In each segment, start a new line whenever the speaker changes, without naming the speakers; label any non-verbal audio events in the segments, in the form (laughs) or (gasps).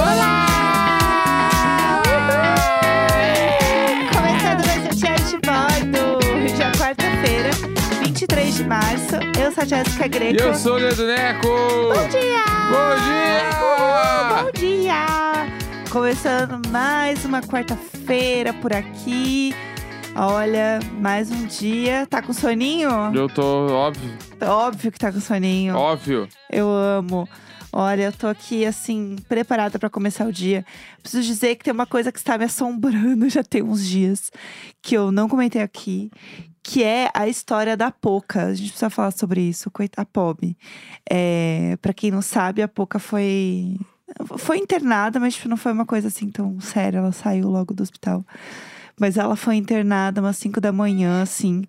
um Jéssica
E
Greco.
eu sou o Leandro Neco!
Bom dia!
Bom dia!
Uhul, bom dia! Começando mais uma quarta-feira por aqui. Olha, mais um dia. Tá com soninho?
Eu tô, óbvio,
Óbvio que tá com soninho.
óbvio.
Eu amo. Olha, eu tô aqui, assim, preparada pra começar o dia. Preciso dizer que tem uma coisa que está me assombrando (laughs) já tem uns dias, que eu não comentei aqui, que é a história da Poca. A gente precisa falar sobre isso, coitada, a Pob. É, pra quem não sabe, a Poca foi. Foi internada, mas tipo, não foi uma coisa assim tão séria. Ela saiu logo do hospital. Mas ela foi internada umas 5 da manhã, assim,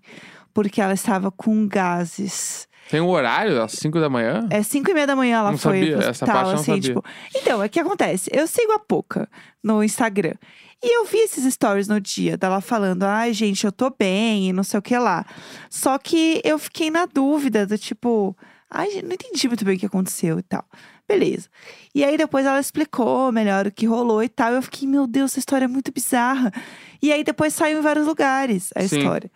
porque ela estava com gases.
Tem um horário às 5 da manhã?
É 5 e meia da manhã ela
Não
foi
sabia,
pro
essa
hospital,
parte eu não
assim,
sabia.
tipo. Então, é que acontece. Eu sigo a Poca no Instagram. E eu vi esses stories no dia dela falando, ai, gente, eu tô bem e não sei o que lá. Só que eu fiquei na dúvida do tipo, ai, gente, não entendi muito bem o que aconteceu e tal. Beleza. E aí depois ela explicou melhor o que rolou e tal. Eu fiquei, meu Deus, essa história é muito bizarra. E aí depois saiu em vários lugares a
Sim.
história.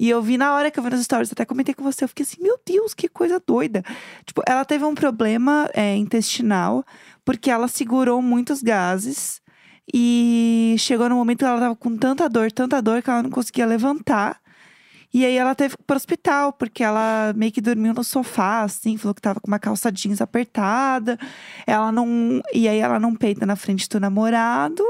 E eu vi na hora que eu vi nos stories, até comentei com você, eu fiquei assim, meu Deus, que coisa doida. Tipo, ela teve um problema é, intestinal, porque ela segurou muitos gases. E chegou no momento que ela tava com tanta dor, tanta dor, que ela não conseguia levantar. E aí ela teve que ir pro hospital, porque ela meio que dormiu no sofá, assim, falou que tava com uma calça jeans apertada. Ela não. E aí ela não peida na frente do namorado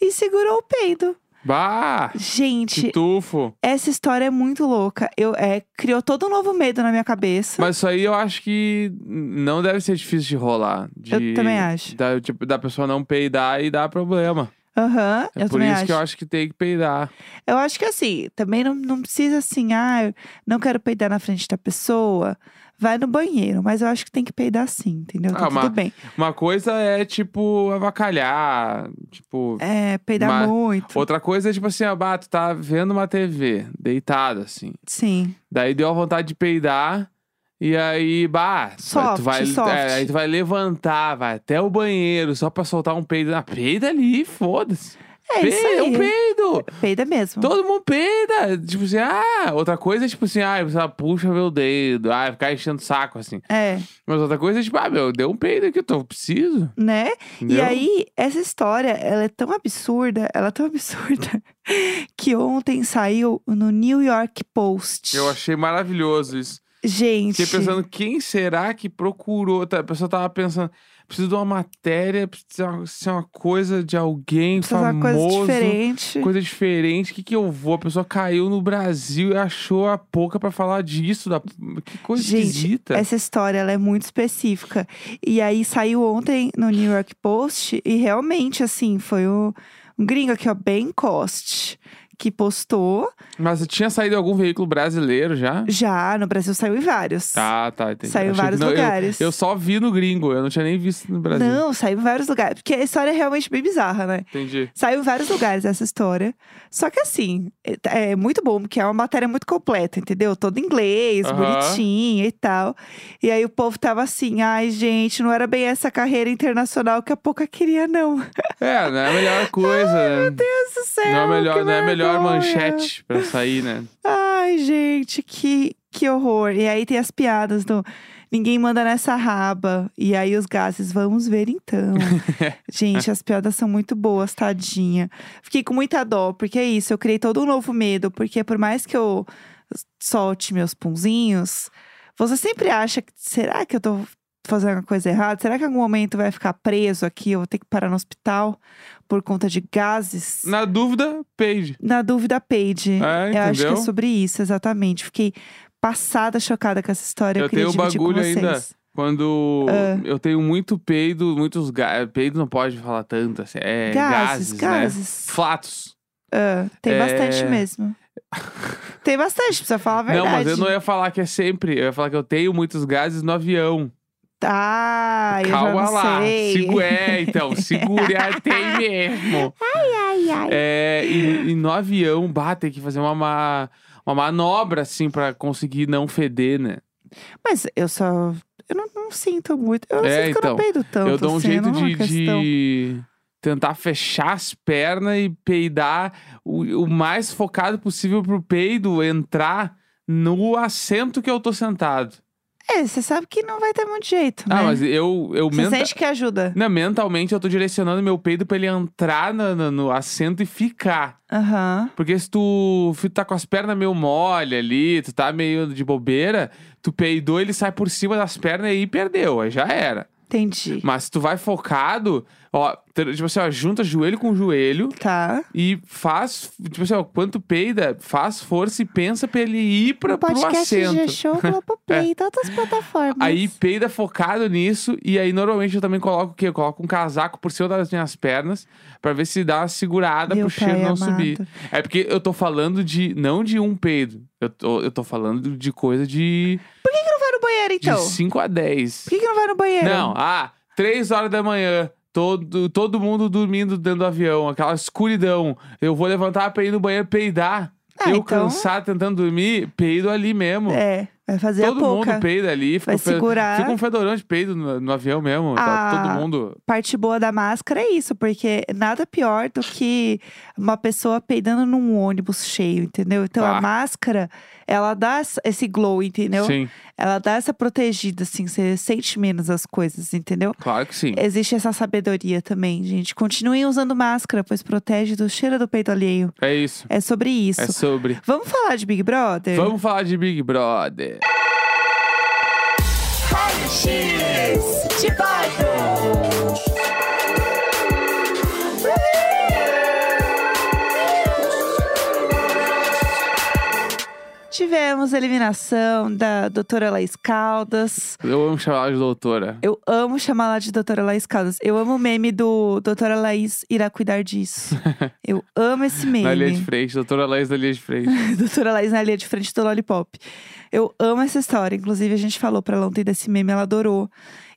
e segurou o peido.
Bah! Que
Gente,
tufo!
essa história é muito louca. Eu, é, criou todo um novo medo na minha cabeça.
Mas isso aí eu acho que não deve ser difícil de rolar. De,
Eu também acho.
Da, tipo, da pessoa não peidar e dar problema.
Aham,
É
eu
por
também
isso
acho.
que eu acho que tem que peidar.
Eu acho que assim, também não, não precisa assim, ah, eu não quero peidar na frente da pessoa. Vai no banheiro, mas eu acho que tem que peidar sim, entendeu? Tá
Ah,
tudo
mas-
bem.
Uma coisa é, tipo, avacalhar. Tipo,
É, peidar
mas-
muito.
outra coisa é, tipo assim, ah, bah, tu tá vendo uma TV, deitado, assim.
Sim.
Daí deu a vontade de peidar. E aí, bah,
Soft,
tu vai,
soft.
é, aí tu vai levantar, vai até o banheiro só pra soltar um peido. Ah, peida ali, foda-se.
É
peida,
isso aí. Então.
é um peido.
Peida mesmo.
Todo mundo peida. Tipo assim, ah, outra coisa é tipo assim, ah, você puxa meu dedo, ah, ficar enchendo o saco assim.
É,
Mas outra coisa é tipo, ah, meu, deu um peido aqui, eu tô eu preciso.
né? E
entendeu?
aí, essa história, ela é tão absurda, ela é tão absurda, (laughs) que ontem saiu no New York Post.
Eu achei maravilhoso isso.
Gente.
Fiquei pensando, quem será que procurou? Tá, A pessoa tava pensando, preciso de uma matéria, precisa ser uma coisa de alguém
precisa fazer
famoso.
uma coisa diferente.
coisa diferente, o que que eu vou? A pessoa caiu no Brasil e achou a pouca pra falar disso. Da... Que coisa
Gente,
esquisita.
Essa história ela é muito específica. E aí saiu ontem no New York Post e realmente assim, foi o um gringo aqui, ó, Ben Cost, que postou
Mas tinha saído algum veículo brasileiro já?
já no Brasil saiu em vários.
Tá, tá, entendi.
Saiu
Achei
em
que
vários
não, eu-
lugares.
Eu, só vi no gringo, eu não tinha nem visto no Brasil.
Não, saiu em vários lugares, porque a história é realmente bem bizarra, né?
Entendi.
Saiu em vários lugares essa história. Só que assim, é é muito bom, porque é uma matéria muito completa, entendeu? Todo em inglês,
Aham.
bonitinha e tal. E aí o povo tava assim, ai, gente, não era bem essa carreira internacional que a pouca queria, não. (laughs)
É, não é a melhor coisa, né?
Deus do céu,
Não é a melhor,
que
não é a melhor
vergonha.
manchete pra sair, né?
Ai, gente, que, que horror. E aí tem as piadas do ninguém manda nessa raba. E aí os gases, vamos ver então. gente, as piadas são muito boas, tadinha. Fiquei com muita dó, porque é isso, eu criei todo um novo medo, porque por mais que eu solte meus punzinhos, você sempre acha que será que eu tô fazendo alguma coisa errada? Será que em algum momento vai ficar preso aqui? Eu vou ter que parar no hospital por conta de gases?
Na dúvida, peide.
Na dúvida, Paige.
É,
Eu acho que é
entendeu?
sobre isso, exatamente. Fiquei passada, chocada com essa história. Eu,
Eu
queria
tenho o
dividir com
bagulho
vocês.
ainda. Quando
Ah.
eu tenho muito peido, muitos gases. Peido não pode falar tanto, assim. É, gases,
gases,
né?
gases.
Flatos.
Ah, tem
É. (laughs)
bastante mesmo. tem bastante, precisa falar a É verdade.
Não, mas eu não ia falar que é sempre. Eu ia falar que eu tenho muitos gases no avião.
Ah, eu
Calma
já não
lá.
sei.
Segu- É,
(laughs)
então, segure tem mesmo.
Ai, ai.
É, e, e no avião, bah, tem que fazer uma, ma- uma manobra, assim, pra conseguir não feder, né?
Mas eu só... Eu não, não sinto muito. Eu
É,
sinto que eu não
então,
peido tanto,
eu dou um
assim,
jeito
não é uma
de,
questão.
de tentar fechar as pernas e peidar o, o mais focado possível pro peido entrar no assento que eu tô sentado.
É, você sabe que não vai ter muito jeito.
Ah,
né?
mas eu, eu
Você
menta...
sente que ajuda.
Não, mentalmente eu tô direcionando meu peido pra ele entrar na- na- no assento e ficar.
Aham.
Porque se tu fi- tá com as pernas meio mole ali, tu tá meio de bobeira, tu peidou, ele sai por cima das pernas e perdeu. Aí já era.
Entendi.
Mas se tu vai focado, ó, ter- tipo assim, ó, junta joelho com joelho
Tá.
e faz, tipo assim, ó, quando tu peida, faz força e pensa pra ele ir pra,
O
pro
podcast de
assento. É.
G-Show,
(laughs)
Globoplay, todas as plataformas.
Aí peida focado nisso, e aí normalmente eu também coloco o quê? Eu coloco um casaco por cima das minhas pernas pra ver se dá uma segurada
Meu
pro cheiro
pai
não
amado.
subir. É porque eu tô falando de. não de um peido. Eu tô, eu tô falando de coisa de,
Não vai no banheiro,
de
então.
5 a 10.
Por que, que não vai no banheiro?
Não, ah, 3 horas da manhã. Todo, todo mundo dormindo dentro do avião, aquela escuridão. Eu vou levantar pra ir no banheiro peidar.
Ah,
eu
então-
cansar tentando dormir, peido ali mesmo.
É, vai fazer
Todo
a pouca.
mundo peida ali, fica,
Vai
um fe-
segurar.
fica um fedorão de peido no, no avião mesmo. tá?
Ah.
Todo mundo.
Parte boa da máscara é isso, porque nada pior do que uma pessoa peidando num ônibus cheio, entendeu? Então
Ah.
a máscara, ela dá essa- esse glow, entendeu?
Sim,
Ela dá essa protegida, assim, você sente menos as coisas, entendeu?
claro que sim.
Existe essa sabedoria também, gente. Continuem usando máscara, pois protege do cheiro do peito alheio.
É isso.
É sobre isso. É.
É sobre.
Vamos falar de Big Brother?
Vamos falar de Big Brother.
de Tivemos a eliminação da doutora Laís Caldas.
Eu amo chamar ela de doutora.
Eu amo chamar ela de doutora Laís Caldas. Eu amo o meme do doutora Laís irá
(laughs)
cuidar disso. Eu amo esse
Na linha de
meme.
frente, doutora Laís da linha de
(laughs)
frente.
doutora Laís na linha de frente do Lollipop. Eu amo essa história. Inclusive, a gente falou pra ela ontem desse meme, ela adorou.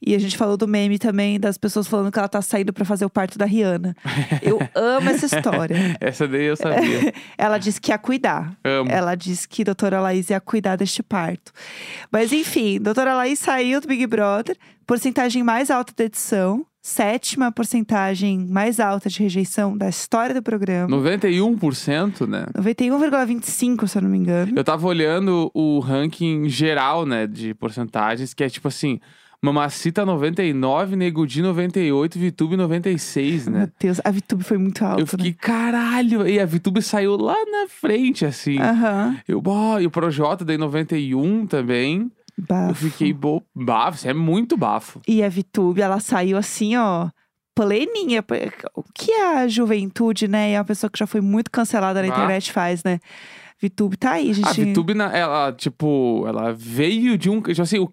E a gente falou do meme também, das pessoas falando que ela tá saindo pra fazer o parto da Rihanna. Eu amo essa história.
Essa daí eu sabia.
Ela disse que ia cuidar.
Amo.
Ela disse que a doutora Laís ia cuidar deste parto. Mas enfim, doutora Laís saiu do Big Brother, porcentagem mais alta da edição, sétima porcentagem mais alta de rejeição da história do programa.
91%, né?
91,25, se eu não me engano.
Eu tava olhando o ranking geral, né, de porcentagens, que é tipo assim, Mamacita 99, Nego Di 98, Vitube 96, né?
Meu Deus, a VTube foi muito alta. né?
Eu fiquei, caralho, e a Vitube saiu lá na frente, assim.
Né? Aham.
Eu, ó, e o Projota dei 91 também. Eu
Bafo.
fiquei bo... bafo, isso é muito bafo.
E a VTube, ela saiu assim, ó, pleninha. O que a juventude, né? É uma pessoa que já foi muito cancelada na
Ah.
internet faz, né? VTube tá aí, gente.
A Vitube, Ah, na- ela, tipo, ela veio de um. Tipo assim, o-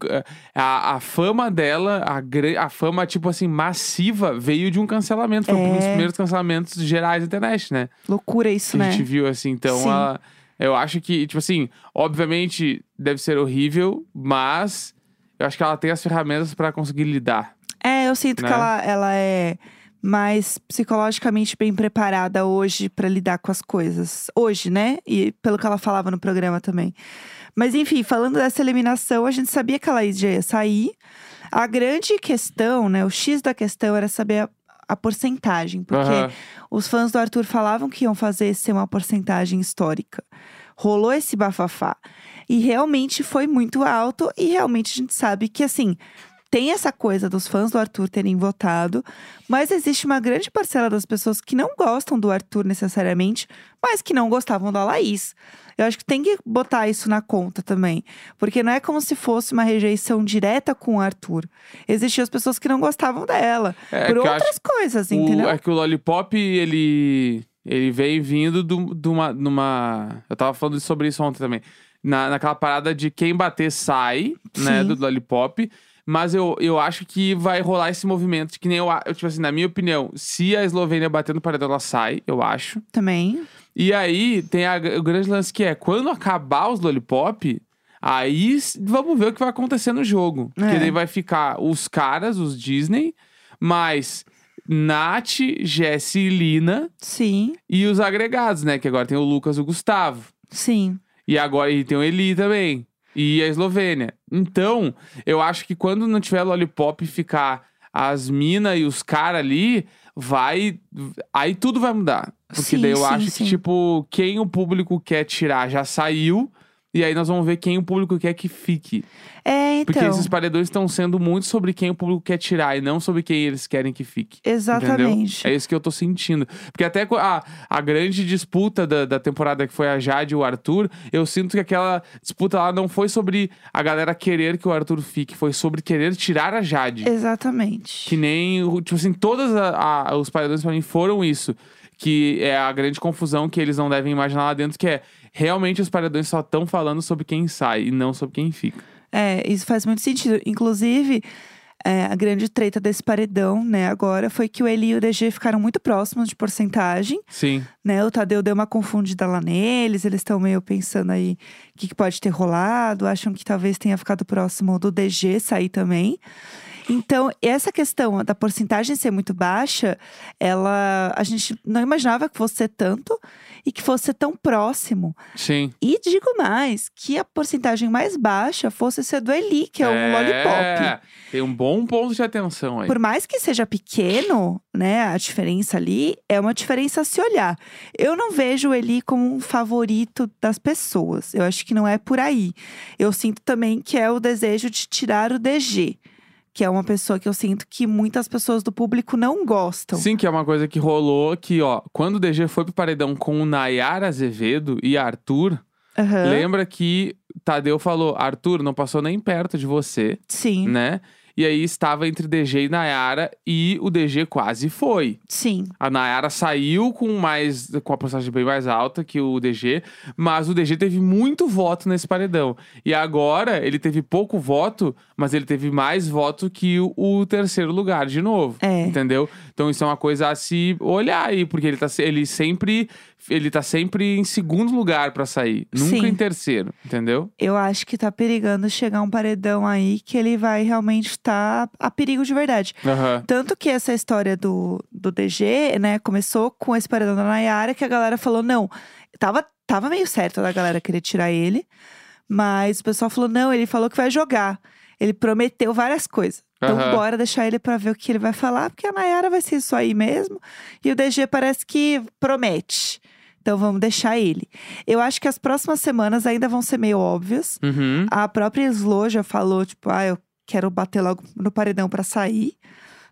a, a fama dela, a, gran- a fama, tipo assim, massiva, veio de um cancelamento. Foi um dos
É.
primeiros cancelamentos gerais da internet, né?
Loucura isso,
que a
né?
gente viu, assim. Então,
Sim.
ela- eu acho que, tipo assim, obviamente deve ser horrível, mas eu acho que ela tem as ferramentas pra conseguir lidar.
É, eu sinto
né?
que ela, ela é mais psicologicamente bem preparada hoje pra lidar com as coisas. Hoje, né? E pelo que ela falava no programa também. Mas enfim, falando dessa eliminação, a gente sabia que ela ia sair. A grande questão, né? O X da questão era saber a, a porcentagem. Porque
Aham.
os fãs do Arthur falavam que iam fazer ser uma porcentagem histórica. Rolou esse bafafá. E realmente foi muito alto. E realmente a gente sabe que, assim, tem essa coisa dos fãs do Arthur terem votado. Mas existe uma grande parcela das pessoas que não gostam do Arthur necessariamente, mas que não gostavam da Laís. Eu acho que tem que botar isso na conta também. Porque não é como se fosse uma rejeição direta com o Arthur. Existiam as pessoas que não gostavam dela.
É,
por
que eu acho
outras coisas,
O-
entendeu?
é que o Lollipop, ele, ele vem vindo do- de uma, numa. Eu tava falando sobre isso ontem também. Na, naquela parada de quem bater sai, né?
Sim.
Do Lollipop. Mas eu, eu acho que vai rolar esse movimento de que nem eu. a- eu, Tipo assim, na minha opinião, se a Eslovênia bater no paredão, ela sai, eu acho.
Também.
E aí tem a gr- o grande lance que é: quando acabar os Lollipop. Aí s- vamos ver o que vai acontecer no jogo. Porque
É.
daí vai ficar os caras, os Disney, mas Nath, Jess e Lina
Sim,
e os agregados, né? Que agora tem o Lucas e o Gustavo.
sim.
E agora e tem o Eli também. E a Eslovênia. Então, eu acho que quando não tiver Lollipop e ficar as minas e os caras ali, vai. Aí tudo vai mudar. Porque
Sim,
daí eu
sim,
acho
sim.
que, tipo, quem o público quer tirar já saiu. E aí nós vamos ver quem o público quer que fique.
É,
Porque
então.
esses paredões estão sendo muito sobre quem o público quer tirar e não sobre quem eles querem que fique.
Exatamente.
É isso que eu tô sentindo. Porque até co- a, a grande disputa da, da temporada que foi a Jade e o Arthur, eu sinto que aquela disputa lá não foi sobre a galera querer que o Arthur fique, foi sobre querer tirar a Jade.
Exatamente.
Que nem, o- tipo assim, todos os paredões pra mim foram isso. Que é a grande confusão que eles não devem imaginar lá dentro, que é realmente os paredões só estão falando sobre quem sai e não sobre quem fica.
É, isso faz muito sentido. Inclusive, é, a grande treta desse paredão, né, agora, foi que o Eli e o DG ficaram muito próximos de porcentagem,
Sim.
né? O Tadeu deu uma confundida lá neles, eles estão meio pensando aí o que, que pode ter rolado, acham que talvez tenha ficado próximo do DG sair também. Então, essa questão da porcentagem ser muito baixa, ela a gente não imaginava que fosse ser tanto e que fosse ser tão próximo.
Sim.
E digo mais, que a porcentagem mais baixa fosse ser do Eli, que é um lollipop.
Tem um bom ponto de atenção aí.
Por mais que seja pequeno, né, a diferença ali é uma diferença a se olhar. Eu não vejo o Eli como um favorito das pessoas. Eu acho que não é por aí. Eu sinto também que é o desejo de tirar o DG, que é uma pessoa que eu sinto que muitas pessoas do público não gostam.
Sim, que é uma coisa que rolou que, ó, quando o DG foi pro paredão com o Nayara Azevedo e Arthur,
Aham.
lembra que Tadeu falou: Arthur, não passou nem perto de você.
Sim,
né? E aí estava entre DG e Nayara e o DG quase foi.
sim.
A Nayara saiu com mais com a porcentagem bem mais alta que o DG, mas o DG teve muito voto nesse paredão. E agora ele teve pouco voto, mas ele teve mais voto que o, o terceiro lugar de novo.
É.
Entendeu? Então isso é uma coisa a se olhar aí, porque ele tá se- ele sempre ele tá sempre em segundo lugar pra sair, nunca
Sim.
em terceiro, entendeu?
Eu acho que tá perigando chegar um paredão aí que ele vai realmente estar a perigo de verdade.
Aham.
Tanto que essa história do, do DG, né, começou com esse paredão da Nayara, que a galera falou, não, tava, tava meio certo da galera querer tirar ele, mas o pessoal falou, não, ele falou que vai jogar. Ele prometeu várias coisas. Então,
Aham.
bora deixar ele pra ver o que ele vai falar, porque a Nayara vai ser isso aí mesmo. E o DG parece que promete. Então, vamos deixar ele. Eu acho que as próximas semanas ainda vão ser meio óbvias.
Uhum.
A própria Slo já falou, tipo, ah, eu quero bater logo no paredão pra sair,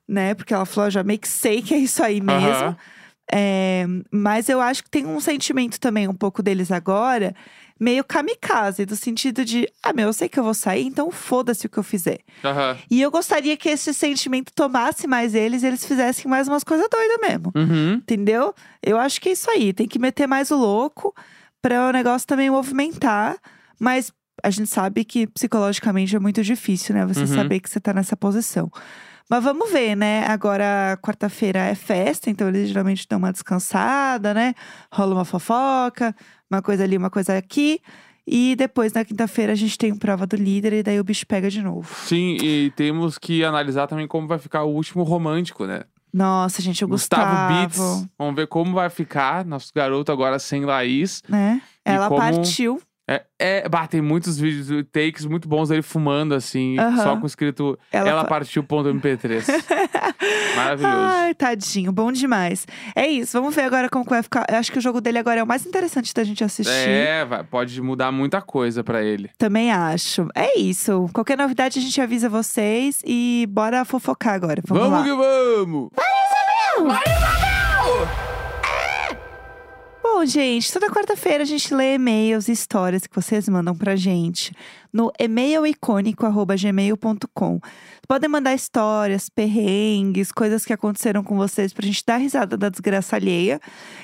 né? Porque ela falou, "Eu já meio que sei que é isso aí mesmo.
Aham.
É, mas eu acho que tem um sentimento também um pouco deles agora, meio kamikaze, do sentido de, ah, meu, eu sei que eu vou sair, então foda-se o que eu fizer.
Aham.
E eu gostaria que esse sentimento tomasse mais eles e eles fizessem mais umas coisas doidas mesmo.
Uhum.
Entendeu? Eu acho que é isso aí. Tem que meter mais o louco para o negócio também movimentar. Mas a gente sabe que psicologicamente é muito difícil, né? Você
Uhum.
saber que você tá nessa posição. Mas vamos ver, né? Agora, quarta-feira é festa, então eles geralmente dão uma descansada, né? Rola uma fofoca, uma coisa ali, uma coisa aqui. E depois, na quinta-feira, a gente tem prova do líder e daí o bicho pega de novo.
Sim, e temos que analisar também como vai ficar o último romântico, né?
Nossa, gente, o Gustavo.
Beats. Vamos ver como vai ficar. Nosso garoto agora sem Laís.
Né?
E
Ela
como-
partiu.
É, é, bah, tem muitos vídeos, takes muito bons dele fumando, assim,
Aham.
só com escrito
Ela
Ela,
fa-
partiu ponto MP3.
(laughs)
Maravilhoso.
Ai, tadinho, bom demais. É isso, vamos ver agora como que vai ficar. Eu acho que o jogo dele agora é o mais interessante da gente assistir.
É, vai- pode mudar muita coisa pra ele.
Também acho. É isso. Qualquer novidade a gente avisa vocês e bora fofocar agora. Vamos,
vamos
lá.
que vamos!
Bom, gente, toda quarta-feira a gente lê e-mails e histórias que vocês mandam pra gente no e-mailicônico.gmail.com. Podem mandar histórias, perrengues, coisas que aconteceram com vocês pra gente dar risada da desgraça alheia.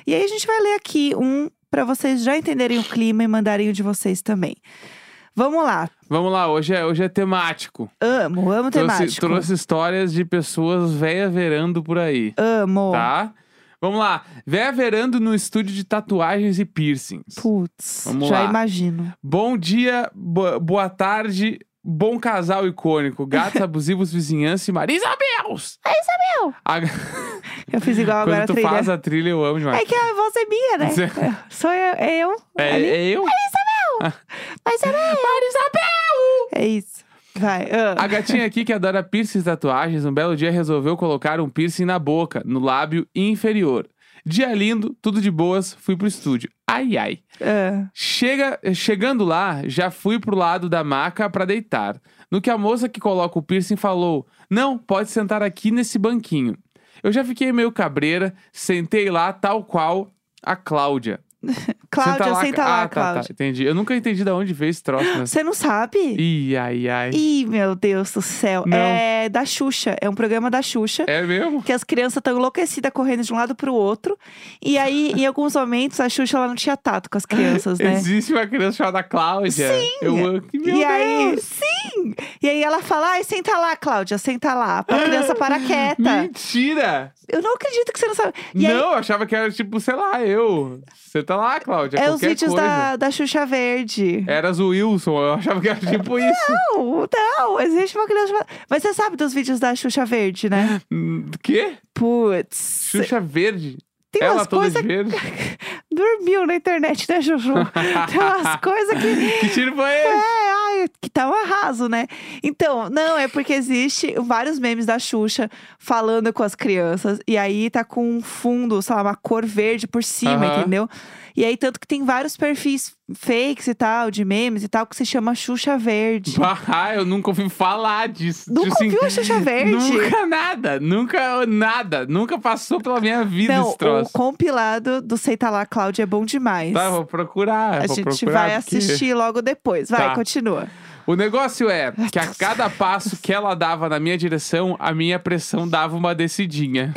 E aí a gente vai ler aqui um pra vocês já entenderem o clima e mandarem o de vocês também. Vamos lá.
Vamos lá, hoje é, hoje é temático.
Amo, amo
Trouxe,
temático.
trouxe histórias de pessoas véia verando por aí.
Amo.
Tá? Vamos lá. Véia Verando no estúdio de tatuagens e piercings.
Putz,
Vamos
já
lá.
imagino.
Bom dia, bo- boa tarde, bom casal icônico. Gatos
(laughs)
abusivos, vizinhança e Maria Isabels! Maria Isabel!
Eu fiz igual agora
Quando
a
tu
trilha.
faz a trilha, eu amo demais.
É que a voz é minha, né?
Você-
Sou eu. É eu.
É,
ali.
é eu?
Mas é
Maria Isabel!
É isso. Vai. ah.
A gatinha aqui que adora piercings e tatuagens, um belo dia resolveu colocar um piercing na boca, no lábio inferior. Dia lindo, tudo de boas, fui pro estúdio. Ai, ai.
É.
Chega, chegando lá, já fui pro lado da maca pra deitar. No que a moça que coloca o piercing falou: Não, pode sentar aqui nesse banquinho. Eu já fiquei meio cabreira, sentei lá, tal qual a Cláudia.
Cláudia, senta lá,
ah, tá,
Cláudia.
Tá, entendi. Eu nunca entendi de onde veio esse troço, mas.
Você não sabe?
Ih, ai, ai.
Ih, meu Deus do céu.
Não.
É da Xuxa. É um programa da Xuxa.
É mesmo?
Que as crianças estão enlouquecidas correndo de um lado pro outro. E aí, em alguns momentos, a Xuxa ela não tinha tato com as crianças, né?
Existe uma criança chamada Cláudia.
Sim!
Eu amo. que- Meu
e
Deus.
aí, sim! E aí ela fala, ai, senta lá, Cláudia, senta lá. Pra criança
(gasps)
para quieta.
Mentira!
Eu não acredito que você não sabe. E aí,
não, eu achava que era tipo, sei lá, eu. Você tá lá, Cláudia.
é
qualquer
os vídeos
coisa.
da, da Xuxa Verde.
Eras o Wilson, eu achava
(laughs)
que era tipo isso.
Não, não, existe uma criança... chamada- Mas você sabe dos vídeos da Xuxa Verde, né?
Hum, Do quê?
Putz.
Xuxa Verde.
Tem
Ela
umas
toda
coisas...
de
(laughs)
verde.
Dormiu na internet,
(laughs)
né, Juju? Tem umas coisas que...
Que tiro foi esse?
É, ai, que tá um arraso, né? Então, não, é porque existe vários memes da Xuxa falando com as crianças. E aí tá com um fundo, sei lá, uma cor verde por cima,
Aham.
entendeu? E aí, tanto que tem vários perfis fakes e tal, de memes e tal, que se chama Xuxa Verde.
(laughs) Ah, eu nunca ouvi falar disso.
Nunca
Assim,
ouviu a Xuxa Verde?
Nunca nada, nunca nada, nunca passou pela minha vida
Não,
esse
o
troço.
compilado do Seita Lá, Cláudia, é bom demais.
Tá, vou procurar.
a
vou
gente
procurar,
vai
porque-
assistir logo depois. Vai,
Tá.
continua.
O negócio é que a cada passo que ela dava na minha direção, a minha pressão dava uma
(laughs)
descidinha.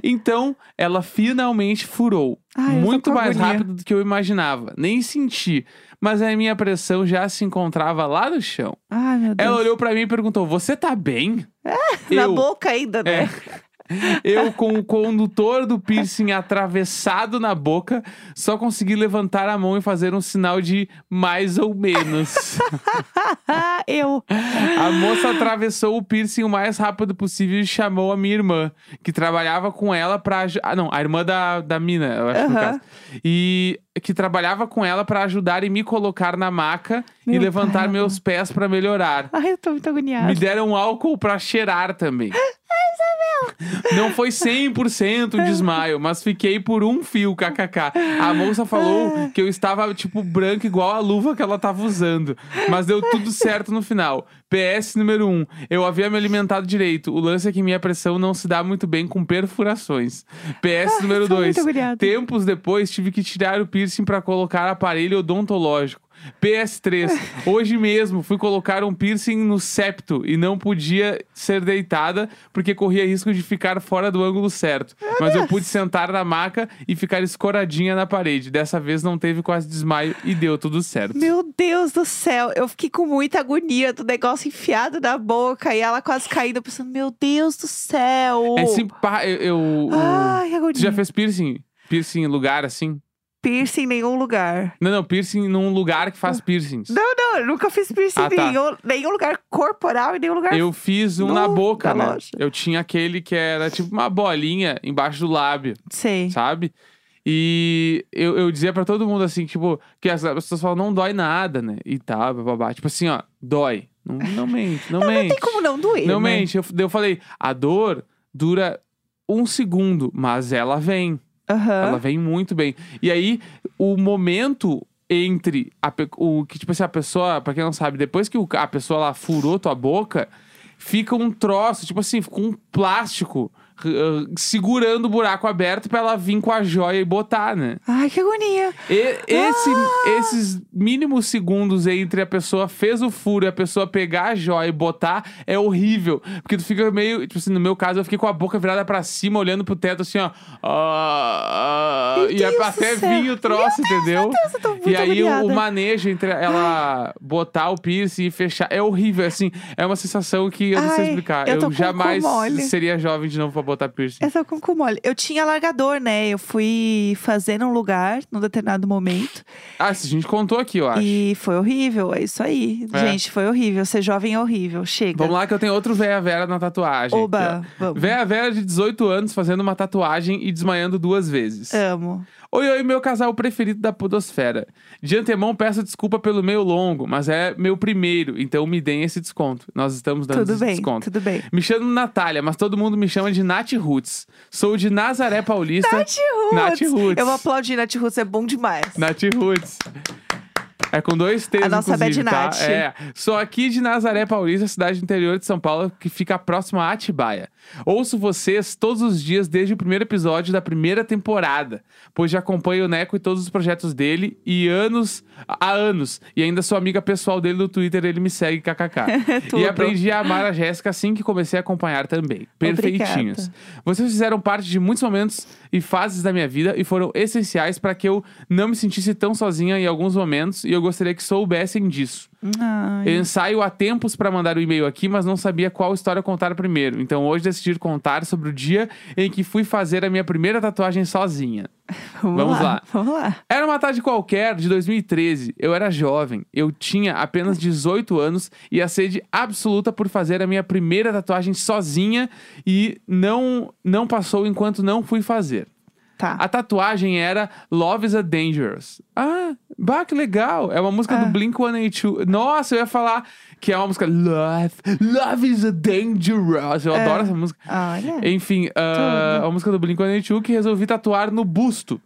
Então, ela finalmente furou.
Ai, eu tô
muito
com
mais
agonia.
rápido do que eu imaginava. Nem senti. Mas a minha pressão já se encontrava lá no chão.
Ai, meu Deus.
Ela olhou pra mim e perguntou: Você tá bem?
(laughs) Na
É eu-
boca ainda, né?
É. Eu, com o condutor do piercing atravessado na boca, só consegui levantar a mão e fazer um sinal de mais ou
(laughs)
menos.
(laughs) Ah, eu.
A moça atravessou o piercing o mais rápido possível e chamou a minha irmã, que trabalhava com ela pra. aju- Ah, não, a irmã da, da mina, eu acho que no
Aham.
caso. E que trabalhava com ela pra ajudar e me colocar na maca e
Meu
levantar
pai.
meus pés pra melhorar.
Ai, eu tô muito agoniada.
Me deram álcool pra cheirar também.
Ah,
Não foi 100%
(laughs)
um desmaio, mas fiquei por um fio, kkk. A moça
Ah.
falou que eu estava, tipo, branco igual a luva que ela tava usando. Mas deu tudo certo no final. PS número 1. Eu havia me alimentado direito. O lance é que minha pressão não se dá muito bem com perfurações. PS número
tô muito
2.
agoniada.
Tempos depois, tive que tirar o piercing para colocar aparelho odontológico. PS3. Hoje mesmo fui colocar um piercing no septo e não podia ser deitada porque corria risco de ficar fora do ângulo certo. Mas eu pude sentar na maca e ficar escoradinha na parede. Dessa vez não teve quase desmaio e deu tudo certo.
Meu Deus do céu, eu fiquei com muita agonia do negócio enfiado na boca e ela quase caindo, pensando, meu Deus do céu.
É sempre. pa- Eu, eu-
Ai, agonia.
Tu já fez piercing? Piercing em lugar assim?
Piercing em nenhum lugar.
Não, não, piercing num lugar que faz piercings.
Não, não, eu nunca fiz piercing
Ah, tá.
em nenhum, nenhum lugar corporal, em nenhum lugar.
Eu fiz um na
No-
boca,
da
né?
loja.
Eu tinha aquele que era tipo uma bolinha embaixo do lábio,
Sei.
sabe? E eu, eu dizia pra todo mundo assim, tipo, que as as pessoas falam, não dói nada, né? E tá, bababá. Tipo assim, ó, dói. Não, não mente, não mente.
Não tem como não doer.
Não
né?
mente. Eu, daí eu falei, a dor dura um segundo, mas ela vem.
Aham.
Ela vem muito bem. E aí, o momento entre a, pe- o que, tipo assim, a pessoa, pra quem não sabe, depois que o ca- a pessoa lá furou tua boca, fica um troço, tipo assim, fica um plástico eh, segurando o buraco aberto pra ela vir com a joia e botar, né?
Ai, que agonia.
E- esse- Esses mínimos segundos aí entre a pessoa fez o furo e a pessoa pegar a joia e botar é horrível. Porque tu fica meio. Tipo assim, no meu caso, eu fiquei com a boca virada pra cima, olhando pro teto assim, ó. Ah, ah,
Meu
e é
Deus do
até
céu.
vir o troço, entendeu?
Deus, eu tô muito
E aí o- o
agoniada.
manejo entre ela botar o piercing e fechar é horrível, assim. É uma sensação que eu não sei
Ai,
explicar.
eu tô com o cu
jamais
mole.
seria jovem de novo pra botar piercing.
Essa É com cu mole. Eu tinha largador, né? Eu fui fazer num lugar, num determinado momento.
Ah, isso a gente contou aqui, eu acho.
E foi horrível, é isso aí.
É.
Gente, foi horrível. Ser jovem é horrível. Chega.
Vamos lá que eu tenho outro Véia Vera na tatuagem.
Oba,
aqui, ó.
vamos. É.
Véia Vera de 18 anos fazendo uma tatuagem e desmaiando duas vezes.
Amo.
Oi, oi, meu casal preferido da Podosfera. De antemão, peço desculpa pelo meio longo, mas é meu primeiro, então me deem esse desconto. Nós estamos dando
tudo
esse
bem,
desconto.
tudo bem.
Me chamo Natália, mas todo mundo me chama de Nath Roots. Sou de Nazaré Paulista.
Nath Roots.
Nath Roots.
Eu vou aplaudir Nath Roots, é bom demais.
(laughs) Nath Roots. É com dois T's,
A nossa
inclusive,
Bad
tá?
Nath.
É. Sou aqui de Nazaré Paulista, cidade do interior de São Paulo, que fica próxima a Atibaia. Ouço vocês todos os dias desde o primeiro episódio da primeira temporada, pois já acompanho o Neco e todos os projetos dele e anos há anos. E ainda sou amiga pessoal dele no Twitter, ele me segue
(laughs)
kkk.
Tudo.
e aprendi a amar a Jéssica assim que comecei a acompanhar também. Perfeitinhos.
Obrigada.
Vocês fizeram parte de muitos momentos e fases da minha vida e foram essenciais para que eu não me sentisse tão sozinha em alguns momentos e eu gostaria que soubessem disso.
Ai.
Eu ensaio há tempos para mandar o e-mail aqui, mas não sabia qual história contar primeiro. Então hoje decidi contar sobre o dia em que fui fazer a minha primeira tatuagem sozinha. vamos lá.
Vamos lá.
Era uma tarde qualquer de 2013. Eu era jovem, eu tinha apenas 18 anos e a sede absoluta por fazer a minha primeira tatuagem sozinha e não não passou enquanto não fui fazer.
Tá.
A tatuagem era Love is a Dangerous. Ah, bah, que legal. É uma música do Blink-182. Nossa, eu ia falar que é uma música Love, Love is a Dangerous. Eu adoro essa música.
Ah, Olha.
Enfim, ah, a música do Blink-182 que resolvi tatuar no busto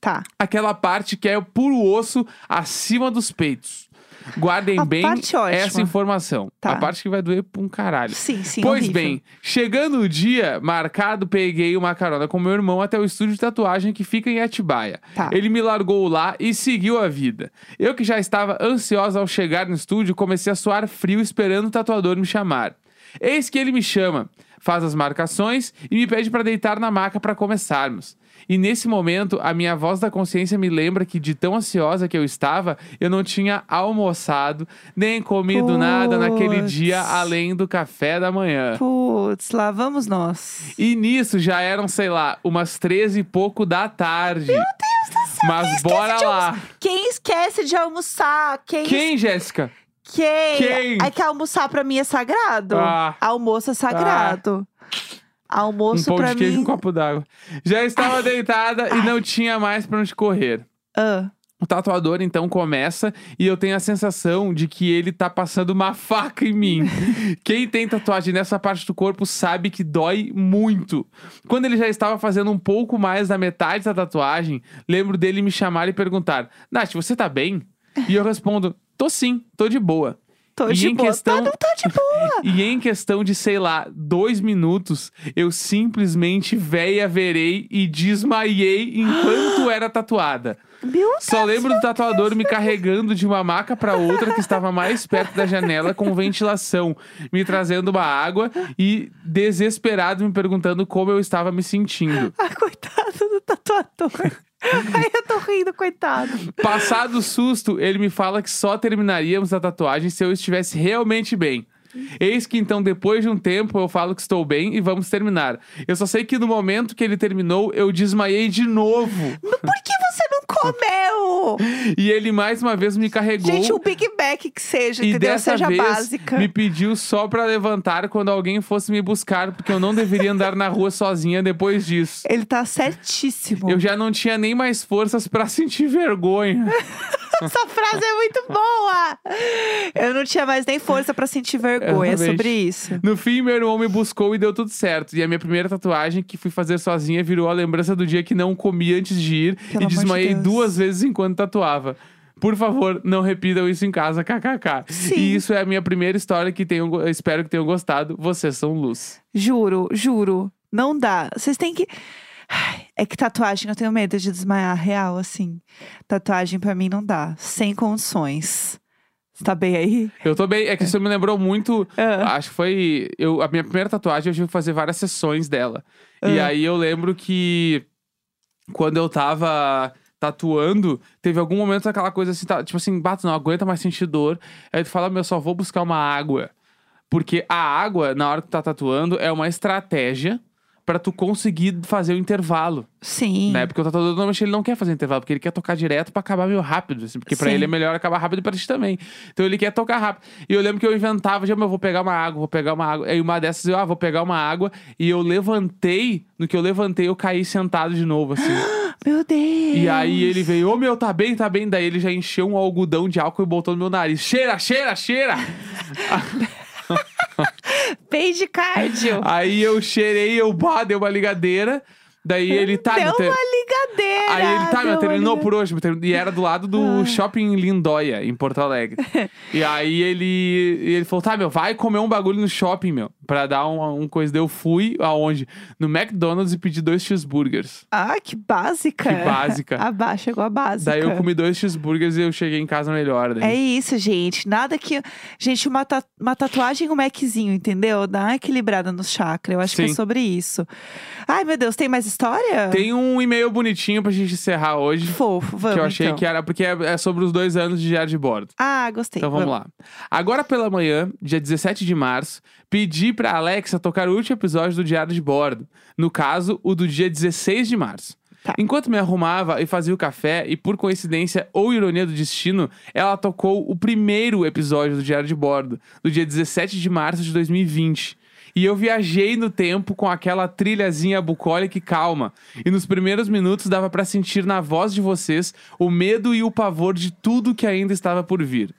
Tá.
aquela parte que é puro osso acima dos peitos. Guardem
A
bem
parte é ótima.
essa informação.
Tá.
A parte que vai doer pra um caralho.
Sim, sim.
Pois
horrível.
bem, chegando o dia marcado, peguei uma carona com meu irmão até o estúdio de tatuagem que fica em Atibaia.
Tá.
Ele me largou lá e seguiu a vida. Eu que já estava ansiosa ao chegar no estúdio, comecei a suar frio esperando o tatuador me chamar. Eis que ele me chama, faz as marcações e me pede para deitar na maca para começarmos. E nesse momento, a minha voz da consciência me lembra que, de tão ansiosa que eu estava, eu não tinha almoçado nem comido nada naquele
Puts.
dia, além do café da manhã.
Putz, lá vamos nós.
E nisso já eram, sei lá, umas 13 e pouco da tarde. Meu Deus do céu! Mas bora
de
lá.
Quem esquece de almoçar? Quem?
Quem, Jéssica?
Quem?
Quem?
É que almoçar pra mim é sagrado.
Ah.
Almoço é sagrado.
Um
Almoço
pão
pra
de queijo e
mim.
um copo d'água. Já estava deitada e não tinha mais pra onde correr.
Ah,
O tatuador então começa e eu tenho a sensação de que ele tá passando uma (laughs) faca em mim. Quem tem tatuagem nessa parte do corpo sabe que dói muito. Quando ele já estava fazendo um pouco mais da metade da tatuagem, lembro dele me chamar e perguntar: Nath, você tá bem? E eu respondo: tô sim, tô de boa.
tô
E
de
em
boa.
questão-
Tá, não tá de boa.
E em questão de, sei lá, dois minutos, eu simplesmente véia verei e desmaiei enquanto era tatuada.
Meu Deus.
Só lembro do tatuador me carregando de uma maca pra outra que estava mais perto da janela com ventilação, me trazendo uma água e desesperado me perguntando como eu estava me sentindo.
Ah, coitado do
(laughs)
tatuador. Ai, eu tô rindo, coitado.
Passado o susto, ele me fala que só terminaríamos a tatuagem se eu estivesse realmente bem. Eis que então, depois de um tempo, eu falo que estou bem e vamos terminar. Eu só sei que no momento que ele terminou, eu desmaiei de novo.
Mas por que você não comeu?
E ele mais uma vez me carregou.
Gente, um Big Mac que seja,
E
entendeu?
dessa
Seja
vez
básica.
me pediu só pra levantar quando alguém fosse me buscar, porque eu não deveria andar na rua sozinha depois disso.
Ele tá certíssimo.
Eu já não tinha nem mais forças pra (laughs) sentir vergonha.
Essa frase é muito boa! Eu não tinha mais nem força pra sentir vergonha. É
Exatamente.
sobre isso.
No fim, meu irmão me buscou e deu tudo certo. E a minha primeira tatuagem que fui fazer sozinha virou a lembrança do dia que não comi antes de ir
Pelo
e
amor de
desmaiei
Deus.
duas vezes enquanto tatuava. Por favor, não repitam isso em casa, kkk.
Sim.
E isso é a minha primeira história que tenham, eu espero que tenham gostado. Vocês são luz.
Juro, juro. Não dá. Vocês têm que. Ai, É que tatuagem, eu tenho medo de desmaiar real, assim. Tatuagem pra mim não dá. Sem condições. Você tá bem aí?
Eu tô bem, é que isso me lembrou muito
Ah.
Acho que foi. Eu, a minha primeira tatuagem eu tive que fazer várias sessões dela. E
Ah.
aí eu lembro que quando eu tava tatuando, teve algum momento aquela coisa assim, tá- tipo assim, bato, não aguenta mais sentir dor. Aí tu fala, meu, só vou buscar uma água. Porque a água, na hora que tu tá tatuando, é uma estratégia pra tu conseguir fazer o intervalo,
Sim.
né? Porque o tatuador normalmente ele não quer fazer intervalo, porque ele quer tocar direto pra acabar meio rápido, assim, porque pra
Sim.
ele é melhor acabar rápido e pra ti também. Então ele quer tocar rápido. E eu lembro que eu inventava, já, "Meu, eu vou pegar uma água, vou pegar uma água. Aí uma dessas eu, ah,
(gasps)
vou pegar uma água. E eu levantei, no que eu levantei, eu caí sentado de novo, assim.
Meu Deus!
E aí ele veio, ô meu, tá bem, tá bem. Daí ele já encheu um algodão de álcool e botou no meu nariz. Cheira, cheira,
(laughs)
cheira!
Bem de cardio.
aí eu cheirei, eu bah, dei uma ligadeira. Daí
(laughs)
ele tá.
Deu
meu, ter-
uma ligadeira.
Aí ele tá,
deu
meu,
uma
terminou
liga-
por hoje. meu, terminou- E era do lado
Ah.
do shopping Lindóia, em Porto Alegre. e aí ele, ele falou: tá, meu, vai comer um bagulho no shopping, meu, pra dar uma um coisa. Daí eu fui aonde? No McDonald's e pedi dois cheeseburgers.
Ah, que básica.
Que
(laughs)
básica.
A ba- Chegou a básica.
Daí eu comi dois cheeseburgers e eu cheguei em casa melhor. Daí.
É isso, gente. Nada que. Gente, uma, ta- uma tatuagem e um Maczinho, entendeu? Dá uma equilibrada no chakra. Eu acho que é
Sim.
sobre isso. Ai, meu Deus, tem mais história?
Tem um e-mail bonitinho pra gente encerrar hoje.
Fofo, vamos.
que eu achei
então.
que era porque é, é sobre os dois anos de diário de bordo.
Ah, gostei.
Então vamos lá. Agora pela manhã, dia 17 de março, pedi pra Alexa tocar o último episódio do Diário de Bordo. No caso, o do dia 16 de março.
Tá.
Enquanto me arrumava e fazia o café, e por coincidência ou ironia do destino, ela tocou o primeiro episódio do Diário de Bordo, do dia 17 de março de 2020. E eu viajei no tempo com aquela trilhazinha bucólica e calma. E nos primeiros minutos dava pra sentir na voz de vocês o medo e o pavor de tudo que ainda estava por vir.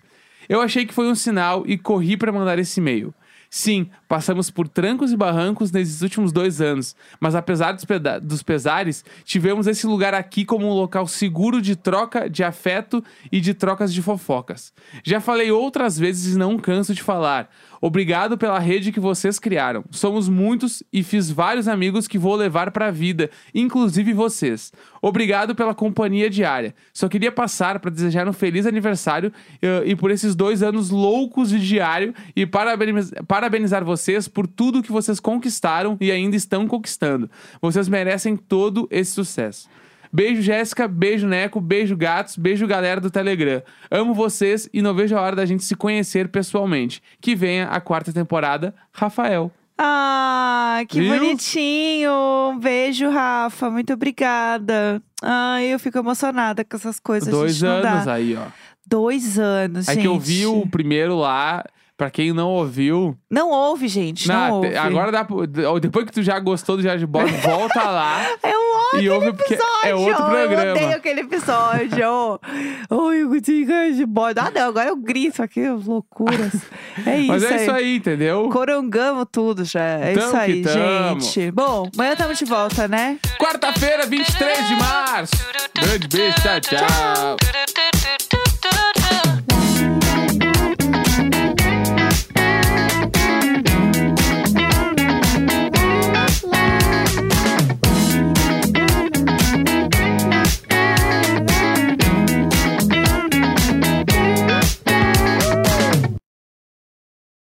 Eu achei que foi um sinal e corri pra mandar esse e-mail. Sim, passamos por trancos e barrancos nesses últimos dois anos, mas apesar dos, peda- dos pesares, tivemos esse lugar aqui como um local seguro de troca de afeto e de trocas de fofocas. Já falei outras vezes e não canso de falar. Obrigado pela rede que vocês criaram. Somos muitos e fiz vários amigos que vou levar pra vida, inclusive vocês. Obrigado pela companhia diária. Só queria passar pra desejar um feliz aniversário eh, e por esses dois anos loucos de diário e parabeniz- parabenizar vocês por tudo que vocês conquistaram e ainda estão conquistando. Vocês merecem todo esse sucesso. Beijo, Jéssica. Beijo, Neco. Beijo, gatos. Beijo, galera do Telegram. Amo vocês e não vejo a hora da gente se conhecer pessoalmente. Que venha a quarta temporada, Rafael.
Ah, que
Viu?
bonitinho! Um beijo, Rafa. Muito obrigada. Ai, eu fico emocionada com essas coisas.
Dois
gente, não dá.
anos aí, ó.
Dois anos,
É
gente.
que eu vi o primeiro lá. Pra quem não ouviu,
Não houve, gente.
na-
não
Ah, te-
houve.
agora dá pra- Depois que tu já gostou do Diário de Bordo, volta lá
(laughs) É um outro
e ouve porque
episódio.
é outro programa.
Eu odeio aquele episódio. Ai, eu gostei de bordo. Ah, não, agora eu grito aqui, loucuras. É isso,
Mas é
aí.
isso aí, entendeu?
Corongamos tudo já. É
Tamo
isso aí,
que tamo.
gente. Bom, amanhã tamo de volta, né?
Quarta-feira, 23 de março. Grande beijo, tchau. tchau.
Tchau.